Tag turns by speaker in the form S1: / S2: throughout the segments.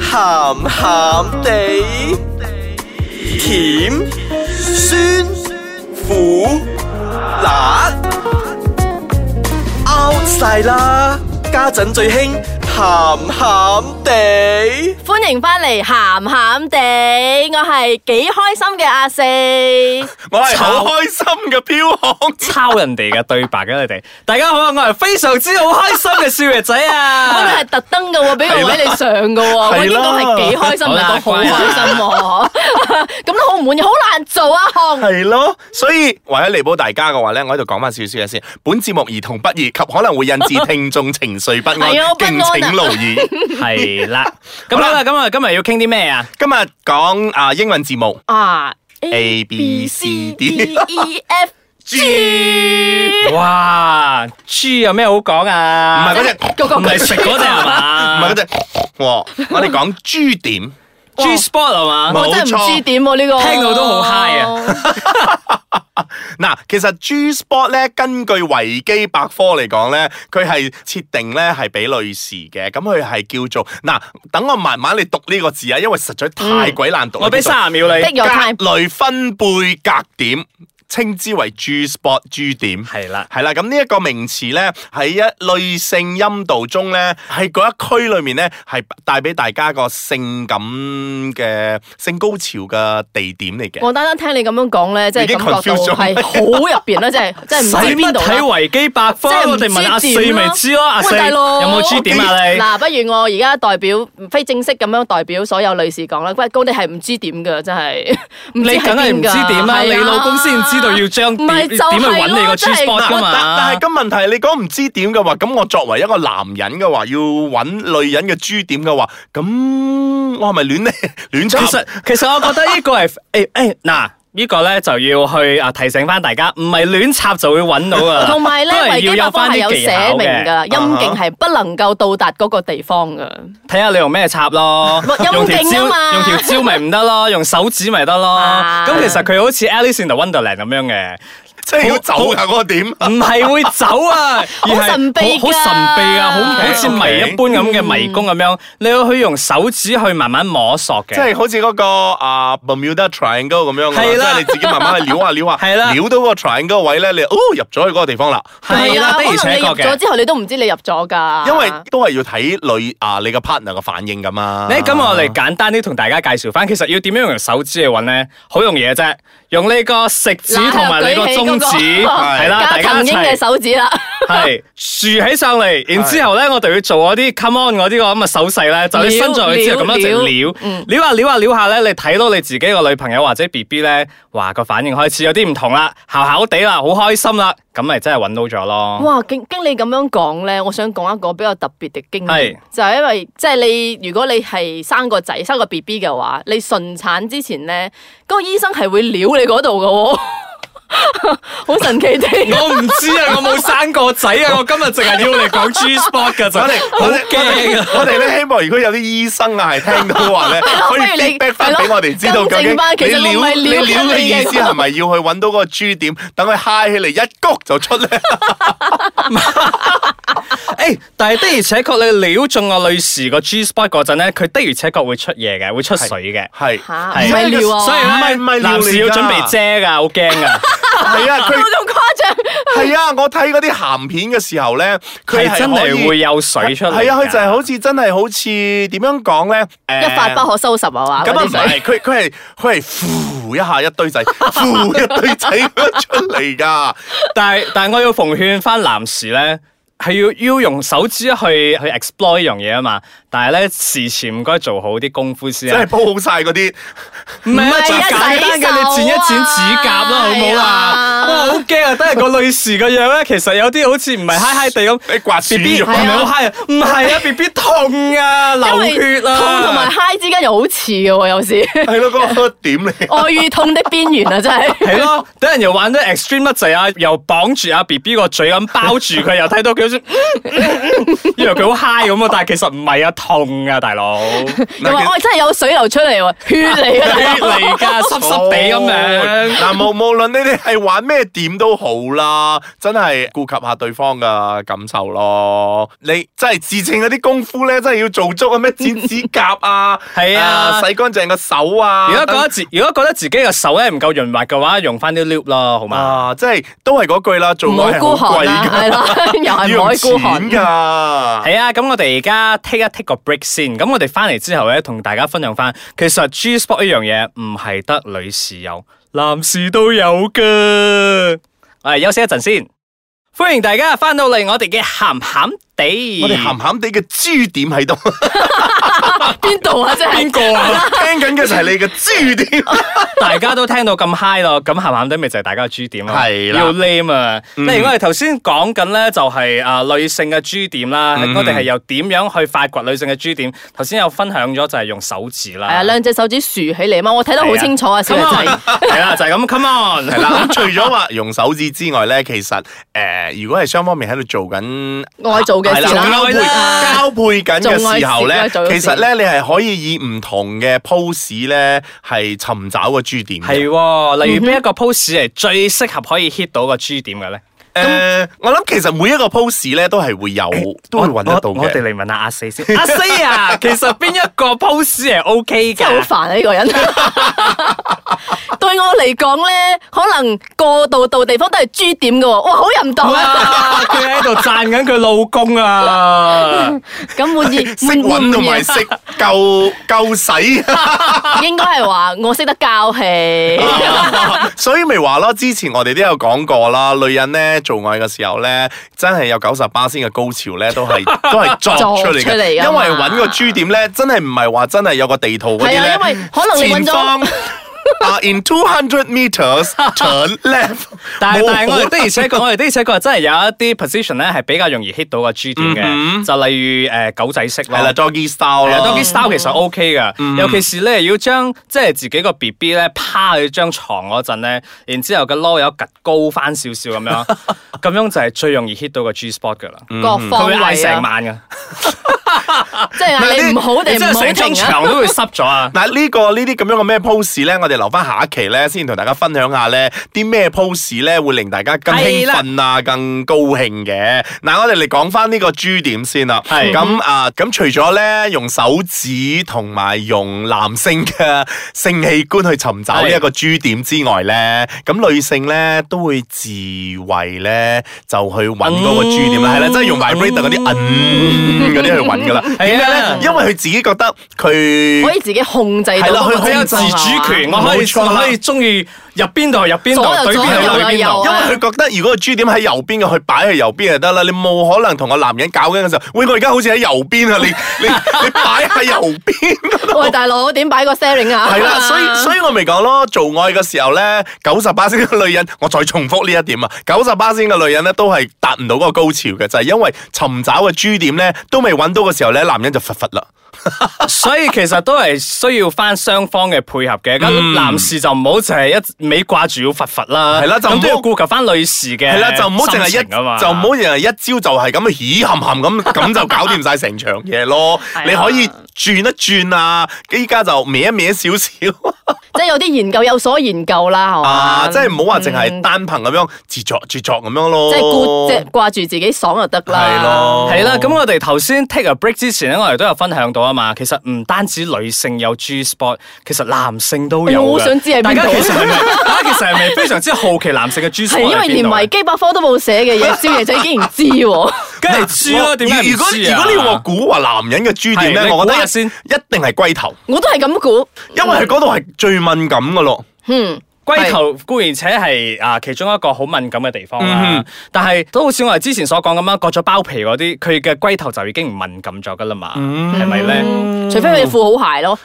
S1: 鹹鹹地，甜酸苦辣 out 晒啦！家陣最興鹹鹹地。
S2: 歡迎翻嚟，咸咸地，我係幾開心嘅阿四，
S3: 我係好開心嘅飄紅，
S4: 抄人哋嘅對白嘅你哋。大家好啊，我係非常之好開心嘅少爺仔
S2: 我哋
S4: 啊！
S2: 係特登嘅喎，俾個位你上嘅喎，我已經講係幾開心
S4: 好
S2: 啦，
S4: 啦
S2: 講好開心喎，咁都好唔滿意，好難做啊，紅。
S3: 係咯，所以為咗彌補大家嘅話咧，我喺度講翻少少嘢先。本節目兒童不宜及可能會引致聽眾情緒不安
S2: 係啊，不安
S3: 敬
S2: 啊
S3: 請留 意。
S4: 係啦，咁 好啦，咁啊，今日要傾啲咩啊？
S3: 今日講啊英文字母。
S2: 啊
S3: A B C D
S2: E F G，
S4: 哇，G 有咩好講
S3: 唔
S4: 啊？
S3: 係嗰隻，
S2: 嗰個
S4: 唔係食嗰隻係
S3: 唔
S4: 嘛？
S3: 係嗰隻，哇！我哋講 G 點，
S4: G spot 係嘛？
S2: 我真係唔知點喎呢個，
S4: 聽到都好 high
S2: 啊！
S3: 嗱，其實 G spot 咧，根據維基百科嚟講咧，佢係設定咧係俾女士嘅，咁佢係叫做嗱，等我慢慢你讀呢個字啊，因為實在太鬼難讀啦。
S4: 嗯我俾
S3: 叫做
S4: 三十秒你。
S2: Take your time，
S3: 格雷分貝格點。稱之為 G spot G 點，
S4: 係啦
S3: 係啦。咁呢一個名詞咧，喺一女性陰道中咧，喺嗰一區裏面咧，係帶俾大家個性感嘅性高潮嘅地點嚟嘅。
S2: 我單單聽你咁樣講咧，真
S3: 已經
S2: 係感覺到
S3: confuse 咗
S2: 係好入邊啦，真係真係唔
S4: 使
S2: 知邊
S4: 乜
S2: 度啦
S4: 睇維基百科？
S2: 即係唔
S4: 我哋問阿
S2: 知
S4: 四
S2: 點咯
S4: 咪知咯。阿
S2: 喂
S4: 四
S2: 大
S4: 有
S2: 佬
S4: 冇 G 點啊？你
S2: 嗱，不如我而家代表非正式咁樣代表所有女士講啦。喂，高地係唔知點㗎，真係 唔知
S4: 你梗係唔知點
S2: 係
S4: 啦，
S2: 啊
S4: 你老公先知道要將
S2: 唔
S4: 點
S2: 係啊
S4: 點
S2: 就
S4: 去
S2: 係咯
S4: 揾你個 G
S2: 真係
S4: spot 噶
S3: 但但
S4: 嘛
S3: 係？咁問題，你講唔知點嘅話，咁我作為一個男人嘅話，要揾女人嘅 G 點嘅話，咁我係咪亂呢？ 亂
S4: 其
S3: 插？
S4: 實其實我覺得呢個係 誒誒嗱。呢個咧就要去啊提醒翻大家，唔係亂插就會揾到噶啦，
S2: 同埋咧，
S4: 都係
S2: 維基
S4: 要
S2: 百
S4: 有
S2: 科
S4: 翻
S2: 係
S4: 啲
S2: 有
S4: 技
S2: 寫
S4: 巧
S2: 明
S4: 嘅。Uh-huh。
S2: 㗎，陰莖係不能夠到達嗰個地方㗎。
S4: 睇下你用咩插咯
S2: 咪，陰
S4: 用條
S2: 莖啊
S4: 蕉
S2: 嘛
S4: 用條蕉咪唔得 咯，用手指咪得咯。
S2: 啊
S4: 咁其實佢好似 Alice in the Wonderland 咁樣嘅，
S3: 即係要走㗎嗰個點。
S4: 唔係會走啊，而係
S2: 好神秘㗎嗯
S4: 好好神秘啊，好好似迷
S3: Okay，okay
S4: 一般咁嘅迷宮咁樣，你要去用手指去慢慢摸索嘅。
S3: 即係好似嗰個啊 Bermuda Triangle 咁樣㗎嘛，
S4: 係啦
S3: 即係你自己慢慢去撩下撩下，
S4: 係啦
S3: 撩到個 triangle 位咧，你哦入咗去嗰個地方啦。
S4: 係啦，
S2: 啊
S4: 的而
S2: 可能
S4: 且
S2: 你入
S4: 確嘅
S2: 咗。之後，你都唔知你入咗㗎。
S3: 因為都係要睇女啊你個 partner 嘅反應㗎嘛。
S4: 咧咁我哋簡單啲同大家介紹翻，其實要點樣用手指去揾咧？好容易嘅啫，用呢個食指同埋你個中指，
S2: 嗱
S4: 係啦，大
S2: 加
S4: 家
S2: 藤
S4: 一
S2: 英嘅
S4: 齊
S2: 手指啦，
S4: 係豎起上嚟，然之後咧，我哋要做嗰啲 come on 嗰啲個咁嘅手勢咧，就你伸咗去之後咁樣就撩
S2: 嗯，
S4: 撩下撩下撩下咧，你睇到你自己個女朋友或者 B B 咧，哇個反應開始有啲唔同啦，姣姣地啦，好開心啦，咁咪真係揾到咗咯。
S2: 哇，經經理咁樣講咧，我想講一個比較特別嘅經驗
S4: 係，
S2: 就係因為即係你如果你係生個仔生個 B B 嘅話，你順產之前咧，嗰、個醫生係會撩你嗰度嘅喎， 好神奇地。
S4: 我唔知啊，我冇生過仔啊，我今日淨係要嚟講 G spot 㗎
S3: 我
S4: 咋
S3: 哋。我哋
S4: 驚啊
S3: 我哋咧希望如果有啲醫生啊係聽到話咧，可以
S2: 不如你
S3: feedback 翻俾我哋知道
S2: 係咯
S3: 究
S2: 更正翻其
S3: 竟
S2: 實
S3: 你
S2: 我唔
S3: 撩
S2: 係
S3: 你
S2: 撩
S3: 撩
S2: 緊
S3: 嘅
S2: 你嘅
S3: 意思係咪要去揾到嗰個 G 點，等佢嗨起嚟一谷就出咧？
S4: 誒，哎但係的而且確，你撩中個女士個 G spot 嗰陣咧，佢的而且確會出嘢嘅，會出水嘅。
S3: 係
S2: 嚇
S4: 係
S2: 唔係撩啊！
S4: 所以
S3: 唔係
S4: 咧，
S3: 唔係撩
S4: 男士
S3: 嚟
S4: 要
S3: 㗎
S4: 準備遮㗎，好驚 㗎。
S3: 係啊，
S2: 有冇
S3: 佢
S2: 咁誇張？
S3: 係啊，我睇嗰啲鹹片嘅時候咧，佢
S4: 係真
S3: 係
S4: 係
S3: 會
S4: 會有水出嚟㗎。
S3: 係啊，佢就係好似真係好似點樣講咧？誒
S2: 一發不可收拾啊嘛！
S3: 咁
S2: 嗰啲
S3: 啊唔
S2: 水
S3: 係，佢佢係佢係呼一下一 堆仔，呼一堆仔咁樣出嚟
S4: 啊
S3: 㗎。
S4: 但係但係我要奉勸翻男士咧，係要要用手指去去 explore 呢樣嘢啊嘛。但係咧事前唔該做好啲功夫先
S3: 真係
S4: 啊。
S3: 煲好晒嗰啲，
S4: 唔係啊，
S2: 唔係
S4: 最
S2: 啊
S4: 簡單嘅你剪一剪指甲啦，好唔
S2: 係
S4: 好啊？
S2: 啊
S4: 哇，好驚啊！都係個女士個樣咧，其實有啲好似唔係嗨嗨地咁。
S3: 你刮損
S4: B B
S3: 咗
S4: 係咪好嗨啊？唔係啊，B B 痛啊，流
S2: 因為
S4: 血啊，
S2: 痛同埋嗨之間又好似嘅喎，有時
S3: 係咯，嗰個點 嚟？
S2: 愛與痛的邊緣啊，真係。
S4: 係咯，等人又玩得 extreme 乜滯啊，又綁住阿 B B 個嘴咁包住佢，又睇到佢先，嗯嗯嗯以為佢好 high 咁啊，但係其實唔係啊，痛啊，大佬，
S2: 又話我啊哦真係有水流出嚟喎，血嚟 㗎大佬。
S4: 嚟㗎，濕濕地咁樣。
S3: 哦嗱，無無論你哋係玩咩點都好啦，真係顧及下對方嘅感受咯。你真係自稱嗰啲功夫咧，真係要做足啊，咩剪指甲啊，
S4: 係啊
S3: 洗乾淨個手啊。
S4: 如果覺
S3: 等
S4: 得自如果覺得自己個手咧唔夠潤滑嘅話，用翻啲 lube 咯，好嘛？
S3: 啊，即係都係嗰句啦，做
S2: 唔
S3: 愛
S2: 好孤
S3: 係好
S2: 寒
S3: 貴
S2: 啦，
S3: 㗎，
S2: 係啦，又
S3: 要
S2: 係唔
S3: 用
S2: 可以孤
S3: 錢
S2: 寒。
S3: 㗎。
S4: 係啊，咁我哋而家 take 一 take 個 break 先，咁我哋翻嚟之後咧，同大家分享翻，其實 G spot 呢樣嘢唔係得女士有，男士都有噶。我哋休息一陣先，歡迎大家翻到嚟我哋嘅鹹鹹地，
S3: 我哋鹹鹹地嘅豬點 喺度，
S2: 邊度啊？真係
S4: 邊個啊？
S3: 聽緊嘅就係你嘅豬點。
S4: 大家都聽到咁 high 咯，咁鹹鹹地咪就係大家嘅 G 點咯，
S3: 係啦嗯
S4: 要 name 啊！例如我哋頭先講緊咧，就係啊女性嘅 G 點啦，
S3: 嗯
S4: 我哋係由點樣去發掘女性嘅 G 點？頭先有分享咗就係用手指啦，
S2: 係啊，兩隻手指豎起嚟嘛，我睇得好清楚啊，小
S4: Come
S2: 女
S4: on，
S2: 仔。
S4: 係啦，就係咁，come on，係
S3: 係啦，咁除咗話用手指之外咧，其實誒、呃如果係雙方面喺度做緊
S2: 愛做嘅事啦
S3: 係
S4: 做愛啦
S3: 交配緊嘅時候咧，
S2: 做愛事啦做愛
S3: 其
S2: 事
S3: 實咧你係可以以唔同嘅 pose 咧係尋找個 G 點嘅。
S4: 係喎，
S3: 嗯
S4: 例如邊一個 pose 係最適合可以 hit 到個 G 點嘅咧？
S3: 誒、我諗其實每一個 pose 咧都係會有，都會揾得到
S4: 我我我哋
S3: 嘅。
S4: 嚟問下阿四先，阿 四啊，其實邊一個 pose 係 OK
S2: 真係
S4: 㗎？
S2: 好煩啊！呢個人 對我嚟講咧，可能過度到地方都係 G 點嘅喎，哇，好淫蕩啊！
S4: 哇！佢喺度讚緊佢老 公啊！
S2: 咁滿意
S3: 識
S2: 滿
S3: 揾
S2: 意唔
S3: 同埋
S2: 滿意
S3: 識夠夠使，
S2: 啊？應該係話我識得教氣，
S3: 嗯 所以咪話咯。之前我哋都有講過啦，女人咧做愛嘅時候咧，真係有九十八先嘅高潮咧，都 係都係作出嚟
S2: 作出
S3: 嘅。
S2: 嚟
S3: 因
S2: 㗎嘛
S3: 為揾個 G 點咧，真係唔係話真係有個地圖嗰啲
S2: 係啊，
S3: 咧
S2: 因。為可能你揾
S3: 前
S2: 咗
S3: 方啊，in two hundred meters turn left
S4: 但係
S3: 冇
S4: 但係我
S3: 可
S4: 哋的而且確，我哋的而且確真係有一啲 position 咧係比較容易 hit 到個 G 點嘅，就例如誒狗仔式咯。
S3: 嗯係啦，doggy style
S4: 係啦
S3: 咯
S4: ，doggy。style 其實 OK 噶，尤其是咧要將即係自己個 B B 咧趴喺張床嗰陣咧，然之後個籮柚趌高翻少少咁 樣，咁樣就係最容易 hit 到個 G spot 噶啦。
S2: 各
S4: 佢
S2: 方
S4: 會嗌
S2: 位
S4: 成
S2: 啊，
S4: 晚噶，
S2: 即係嗌你唔好
S4: 你
S2: 定
S4: 真
S2: 唔
S4: 係
S2: 好
S4: 成張
S2: 停啊！
S4: 床都會濕咗 啊！
S3: 嗱呢個呢啲咁樣嘅咩 pose 咧，我哋留翻下一期咧先同大家分享下咧啲咩 pose 咧會令大家更興
S4: 係啦
S3: 奮啊，更高興嘅。嗱，我哋嚟講翻呢個 G 點先啦。
S4: 係
S3: 咁啊，咁除咗咧用手指同埋用男性嘅 性器官去尋找呢一個 G 點之外咧，咁女性咧都會自慰咧就去揾嗰
S4: 嗯
S3: 個 G 點啦，係啦，即係用 vibrator 嗰啲嗯嗰啲去揾噶啦。點解咧
S4: 係啊？
S3: 因為佢自己覺得佢
S2: 可以自己控制到
S3: 係啦
S2: 嗰個
S3: 佢可以
S4: 有
S2: 情
S4: 自
S2: 況啊
S4: 主權，我
S3: 冇
S4: 可以
S3: 錯
S4: 我
S3: 啦
S4: 可以中意入邊度入邊度，
S2: 左右
S4: 對邊
S2: 左
S4: 度
S2: 右
S4: 對邊
S2: 右
S4: 度
S2: 右。
S3: 因為佢覺得如果個 G 點喺右邊嘅，佢擺喺右邊就得啦。你冇可能同個男人搞緊嘅時候，喂，我而家好似喺右邊啊！你 你你擺喺右邊嗰度。
S2: 喂，大佬點擺個 setting 啊？
S3: 係 啦，所以所以我咪講咯，做愛嘅時候咧，九十八先嘅女人，我再重複呢一點啊，九十八先嘅女人咧都係達唔到嗰個高潮嘅，就係、因為尋找嘅 G 點咧都未揾到嘅時候咧，男人就佛佛啦。
S4: 所以其實都係需要翻雙方嘅配合嘅。咁男士就唔好淨係一味掛住要佛佛啦，
S3: 嗯係啦就唔好
S4: 咁都要顧及翻女士嘅
S3: 係啦，就唔好淨係
S4: 心
S3: 一
S4: 情啊嘛，
S3: 就唔好淨係一招就係咁起冚冚咁，咁就搞掂晒成場嘢咯。
S2: 係啊
S3: 你可以轉一轉啊，依家就歪一 歪少少
S2: 即係有啲研究有所研究啦，係
S3: 啊，
S2: 嘛？
S3: 即係唔好話淨係單憑咁樣自作自作咁樣
S2: 嗯
S3: 咯。
S2: 即係顧即係掛住自己爽就得啦。
S3: 係咯，
S4: 哦係啦，咁我哋頭先 take a break 之前咧，我哋都有分享到啊嘛。其實唔單止女性有 G spot，其實男性都有㗎。
S2: 我好想知係邊度啊
S4: 大家其實係咪？大家其實係咪非常之好奇男性嘅 G
S2: 係
S4: spot
S2: 因為連
S4: 啊
S2: 維基百科都冇寫嘅嘢，少爺仔竟然知 喎。
S4: 梗係知
S3: 我
S4: 啦，點解
S3: 如
S4: 唔
S3: 果
S4: 知啊
S3: 如果你要我估話男人嘅 G 點
S4: 係
S3: 咧，
S4: 你
S3: 我覺
S4: 估
S3: 得
S4: 下
S3: 一
S4: 先
S3: 一定係龜頭，
S2: 我都係咁估，
S3: 因為佢嗰度係最敏感噶咯。
S2: 嗯，
S4: 龜頭固然且係啊其中一個好敏感嘅地方啦，
S3: 嗯
S4: 但係都好似我哋之前所講咁樣，割咗包皮嗰啲，佢嘅龜頭就已經唔敏感咗噶啦嘛，
S3: 嗯
S4: 係咪咧？
S2: 除非佢哋褲好鞋咯，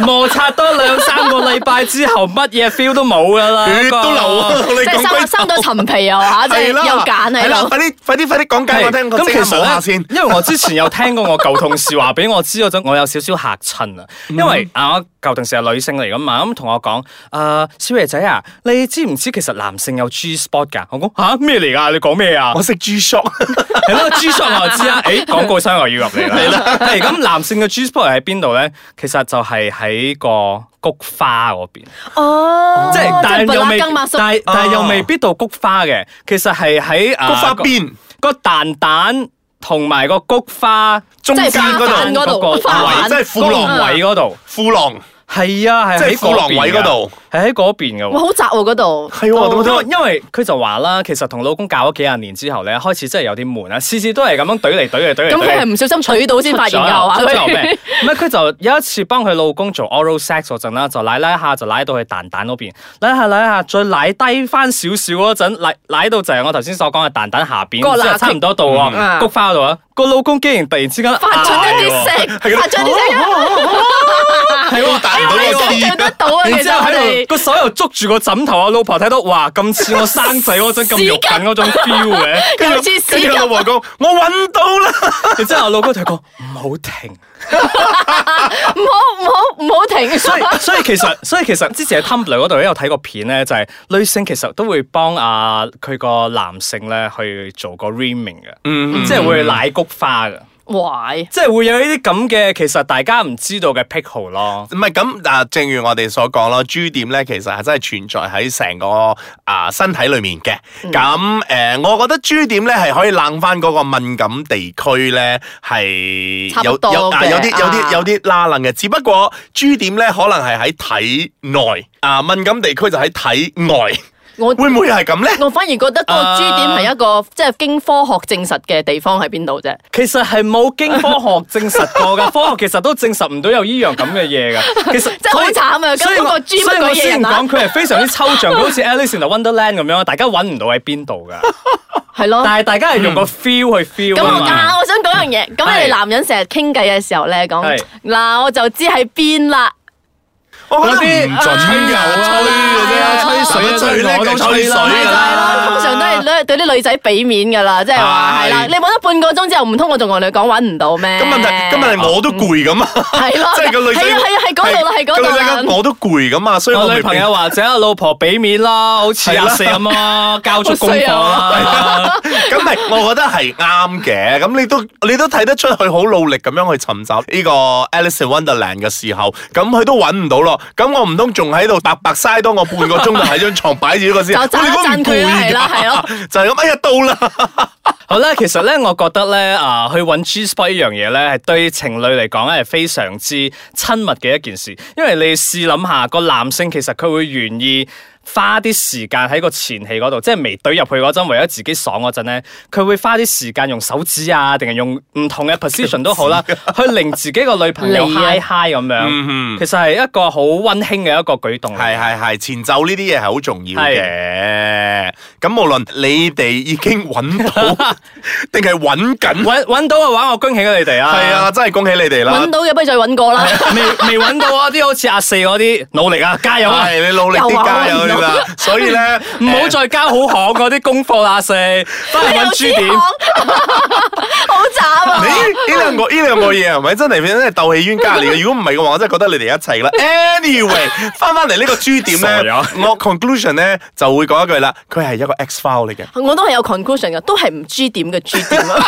S4: 摩擦多兩三個禮拜之後，乜嘢 feel 都冇噶啦，
S3: 血都流啊！
S4: 個
S3: 你
S2: 即係
S3: 講
S2: 生
S3: 龜
S2: 生
S3: 頭
S2: 咗層皮又 嚇，即係
S3: 係啦，
S2: 有揀
S3: 係啦
S2: 喺度。
S3: 快啲快啲快啲講解我聽，我
S4: 咁
S3: 即
S4: 其
S3: 刻摸下
S4: 實
S3: 先嗯
S4: 咧，。因為我之前有聽過我舊同事話俾我知嗰陣，我有少少嚇親啊，因為啊我舊定時係女性嚟噶嘛，咁同我講，啊、小爺仔啊，你知唔知其實男性有 G spot 㗎？我講吓咩嚟㗎？你講咩啊？
S3: 我食豬 shop，
S4: 係咯，G spot 我就 知啦。誒，廣告商又要入嚟啦。係啦，係咁，男性嘅 G spot 係喺邊度咧？其實就係喺個菊花嗰邊。
S2: 哦，
S4: 即係但係又
S2: 更
S4: 未，但
S2: 抹叔，
S4: 係但係又
S3: 啊
S4: 未必到菊花嘅，其實係喺
S3: 菊花
S4: 邊
S3: 邊
S4: 個蛋蛋同埋個菊花
S3: 中間嗰
S2: 花瓣
S3: 度
S2: 嗰度
S4: 嗰個
S2: 花
S4: 位
S2: 瓣
S3: 即係褲
S4: 嗰個
S3: 浪
S4: 位嗰度，
S3: 褲浪，
S4: 係啊，係
S3: 即係
S4: 喺
S3: 褲浪位嗰度，
S4: 係喺嗰邊嘅
S2: 哇，
S4: 喎。
S2: 好窄喎嗰 度，
S3: 係喎，咁
S4: 因為
S3: 都
S4: 因為佢就話啦，其實同老公搞咗幾廿年之後咧，開始真係有啲悶啦，次次都係咁樣懟嚟懟去懟嚟
S2: 咁
S4: 懟
S2: 佢
S4: 去
S2: 係唔小心取到先發現㗎係嘛
S4: 出咗
S2: 佢
S4: 病，唔係佢就有一次幫佢老公做 oral sex 嗰陣啦，就舐舐下就舐到佢蛋蛋嗰邊，舐下舐下再舐低翻少少嗰陣，舐舐到就係我頭先所講嘅蛋蛋下邊，
S2: 個罅
S4: 即係差唔多度
S2: 嗯
S4: 喎，菊花嗰度啊，個老公竟然突然之間哎
S2: 發出
S4: 嗌
S2: 一
S4: 喎
S2: 啲
S3: 係
S2: 聲，
S3: 咯
S2: 發出一啲聲，
S3: 係喎，彈唔到
S2: 我
S3: 呢個
S2: 哋想象得到啊！其
S4: 然之
S2: 實
S4: 後
S2: 我
S4: 喺度
S2: 哋
S4: 個手又捉住個枕頭啊，老婆睇到哇咁似我生仔嗰陣咁肉緊嗰種 feel 嘅，
S2: 尤其是
S3: 跟住老婆講：我揾到啦！
S4: 然之後我老公同佢講唔好停。
S2: 唔好唔好唔好停，
S4: 所以所以其實 所以其實之前喺 Tumblr 嗰度咧有睇過片咧，就係、女性其實都會幫啊佢個男性咧去做個 reaming 嘅，
S3: 嗯
S4: 即係會奶菊花嘅，
S2: 喂，
S4: 即係會有呢啲咁嘅其實大家唔知道嘅癖好咯。
S3: 唔係咁啊，正如我哋所講咯，G 點咧其實係真係存在喺成個啊身體裏面嘅。咁誒、呃我覺得 G 點咧係可以冷翻嗰個敏感地區咧係
S2: 差
S3: 有
S2: 不多
S3: 有啊
S2: 嘅
S3: 有啲有
S2: 啊
S3: 啲有啲拉楞嘅，只不過 G 點咧可能係喺體內啊，敏感地區就喺體外，
S2: 我
S3: 會唔會係咁咧？
S2: 我反而覺得嗰個
S3: 啊
S2: G 點係一個即係經科學證實嘅地方喺邊度啫。
S4: 其實係冇經科學證實過 㗎，科學其實都證實唔到有呢樣咁嘅嘢㗎。其實
S2: 真係好
S4: 所以
S2: 慘啊
S4: 所以
S2: 根本
S4: 我
S2: 個豬
S4: 所以
S2: 乜鬼
S4: 我
S2: 嘢
S4: 先
S2: 人啊
S4: 講佢係非常之抽象，佢好 似 Alice in the Wonderland 咁樣，大家揾唔到喺邊度㗎。
S2: 係咯。
S4: 但係大家係用個 feel 去 feel
S2: 哦咁
S4: 啊
S2: 我
S4: 嘛。
S2: 啊，我想講樣嘢。咁你哋
S4: 係
S2: 男人成日傾偈嘅時候咧，講
S4: 係
S2: 嗱，我就知喺邊啦。
S3: 我
S4: 嗰
S3: 覺
S4: 啲
S3: 得唔準
S4: 吹
S3: 㗎，吹嘅啫，
S4: 牛啊吹水啊
S3: 最叻就吹
S2: 係
S3: 水
S4: 係
S2: 就
S3: 㗎
S4: 啦
S2: 係咯，通常都係咧對啲女仔俾面噶啦，即係話
S3: 係
S2: 係啦。你揾咗半個鐘之後，唔通我仲同你講揾唔到咩？
S3: 咁問題，咁問題我都攰咁啊！
S2: 係咯，
S3: 即係個女仔，
S2: 係啊係啊係嗰度啦，係嗰
S3: 個女
S2: 度
S3: 仔
S2: 啦。
S3: 講我都攰咁啊，所以我
S4: 我
S3: 咪
S4: 女朋友或者我老婆俾面啦，好似
S3: 係啦啊
S4: 阿四 咁啊，交足功課
S2: 好
S4: 啦。
S3: 咁咪，我覺得係啱嘅。咁你都你都睇得出佢好努力咁樣去尋找呢個 Alice in Wonderland 嘅時候，咁佢都揾唔到咯。咁我唔通仲喺度白白嘥多我半個鐘就喺張床擺住呢個先？
S2: 就讚一讚佢啦係啦係咯
S3: 咯， 就係咁。哎呀，到 啦！
S4: 好啦，其實咧，我覺得咧，啊，去揾 G spot 呢樣嘢咧，係對情侶嚟講咧係非常之親密嘅一件事，因為你試諗下，個男性其實佢會願意。花啲時間喺個前戲嗰度，即係未懟入去嗰陣，為咗自己爽嗰陣咧，佢會花啲時間用手指啊，定係用唔同嘅 position 都好啦，去令自己個女朋友
S2: 嚟啊
S4: high high 咁
S3: 嗯
S4: 樣。其實係一個好温馨嘅一個舉動嚟。
S3: 係係係，前奏呢啲嘢係好重要嘅。咁無論你哋已經揾 到定係揾緊，
S4: 揾揾到嘅話，我恭喜你哋啊！
S3: 係啊，真係恭喜你哋啦
S2: 揾！到嘅不如再揾過 啦。
S4: 未未揾到啊！啲好似阿四嗰啲，努力啊，加油啊！
S3: 係你努力
S2: 又話
S3: 啲
S2: 我
S3: 加油
S2: 揾到
S3: 啦！所以咧，
S4: 唔好
S3: 誒
S4: 再交好行嗰啲功課啦，阿四，翻去
S2: 啊有
S4: 揾
S2: 指
S4: 珠點
S2: 控，。 好慘啊！
S3: 你呢兩個呢兩個嘢係咪真係真係鬥氣冤家嚟嘅？如果唔係嘅話，我真係覺得你哋一 齊啦。Anyway，翻翻嚟呢個 G 點
S4: 傻
S3: 咧
S4: 咗，
S3: 我 conclusion 咧就會講一句啦，佢係一個 X file 嚟嘅。
S2: 我都係有 conclusion 嘅，都係唔 G 點嘅 G 點啊！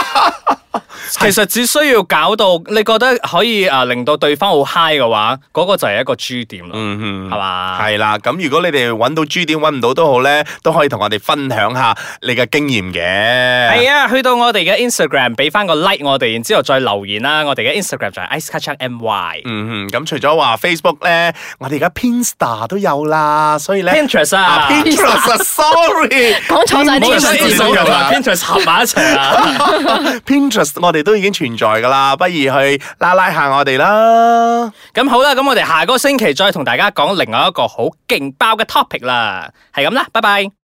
S4: 其實只需要搞到你覺得可以啊，令到對方好 high 嘅話，嗰、個就係一個珠點啦，
S3: 嗯
S4: 係嘛？
S3: 係啦，咁如果你哋揾到 G 點揾唔到都好咧，都可以同我哋分享下你嘅經驗嘅。係
S4: 係啊，去到我哋嘅 Instagram 俾翻個 like 我哋，然之後再留言啦。我哋嘅 Instagram 就係 ice c a t c h m y
S3: 嗯哼，咁除咗話 Facebook 咧，我哋而家 Pinstar 都有啦，所以咧
S4: Pinterest 啊
S3: 啊 Pinterest 啊，sorry。
S2: 講錯晒
S4: 唔
S2: 啲
S4: 好
S2: 人
S4: 想
S3: 意
S4: 自
S3: 思
S2: 字
S4: 數
S2: 數
S4: 同
S3: 啊
S4: 埋 Pinterest 合埋一齊啊！
S3: Pinterest 我哋都已經存在噶啦，不如去拉拉下我哋啦。
S4: 咁好啦，咁我哋下個星期再同大家講另外一個好勁爆嘅 topic 啦，係咁啦，拜拜。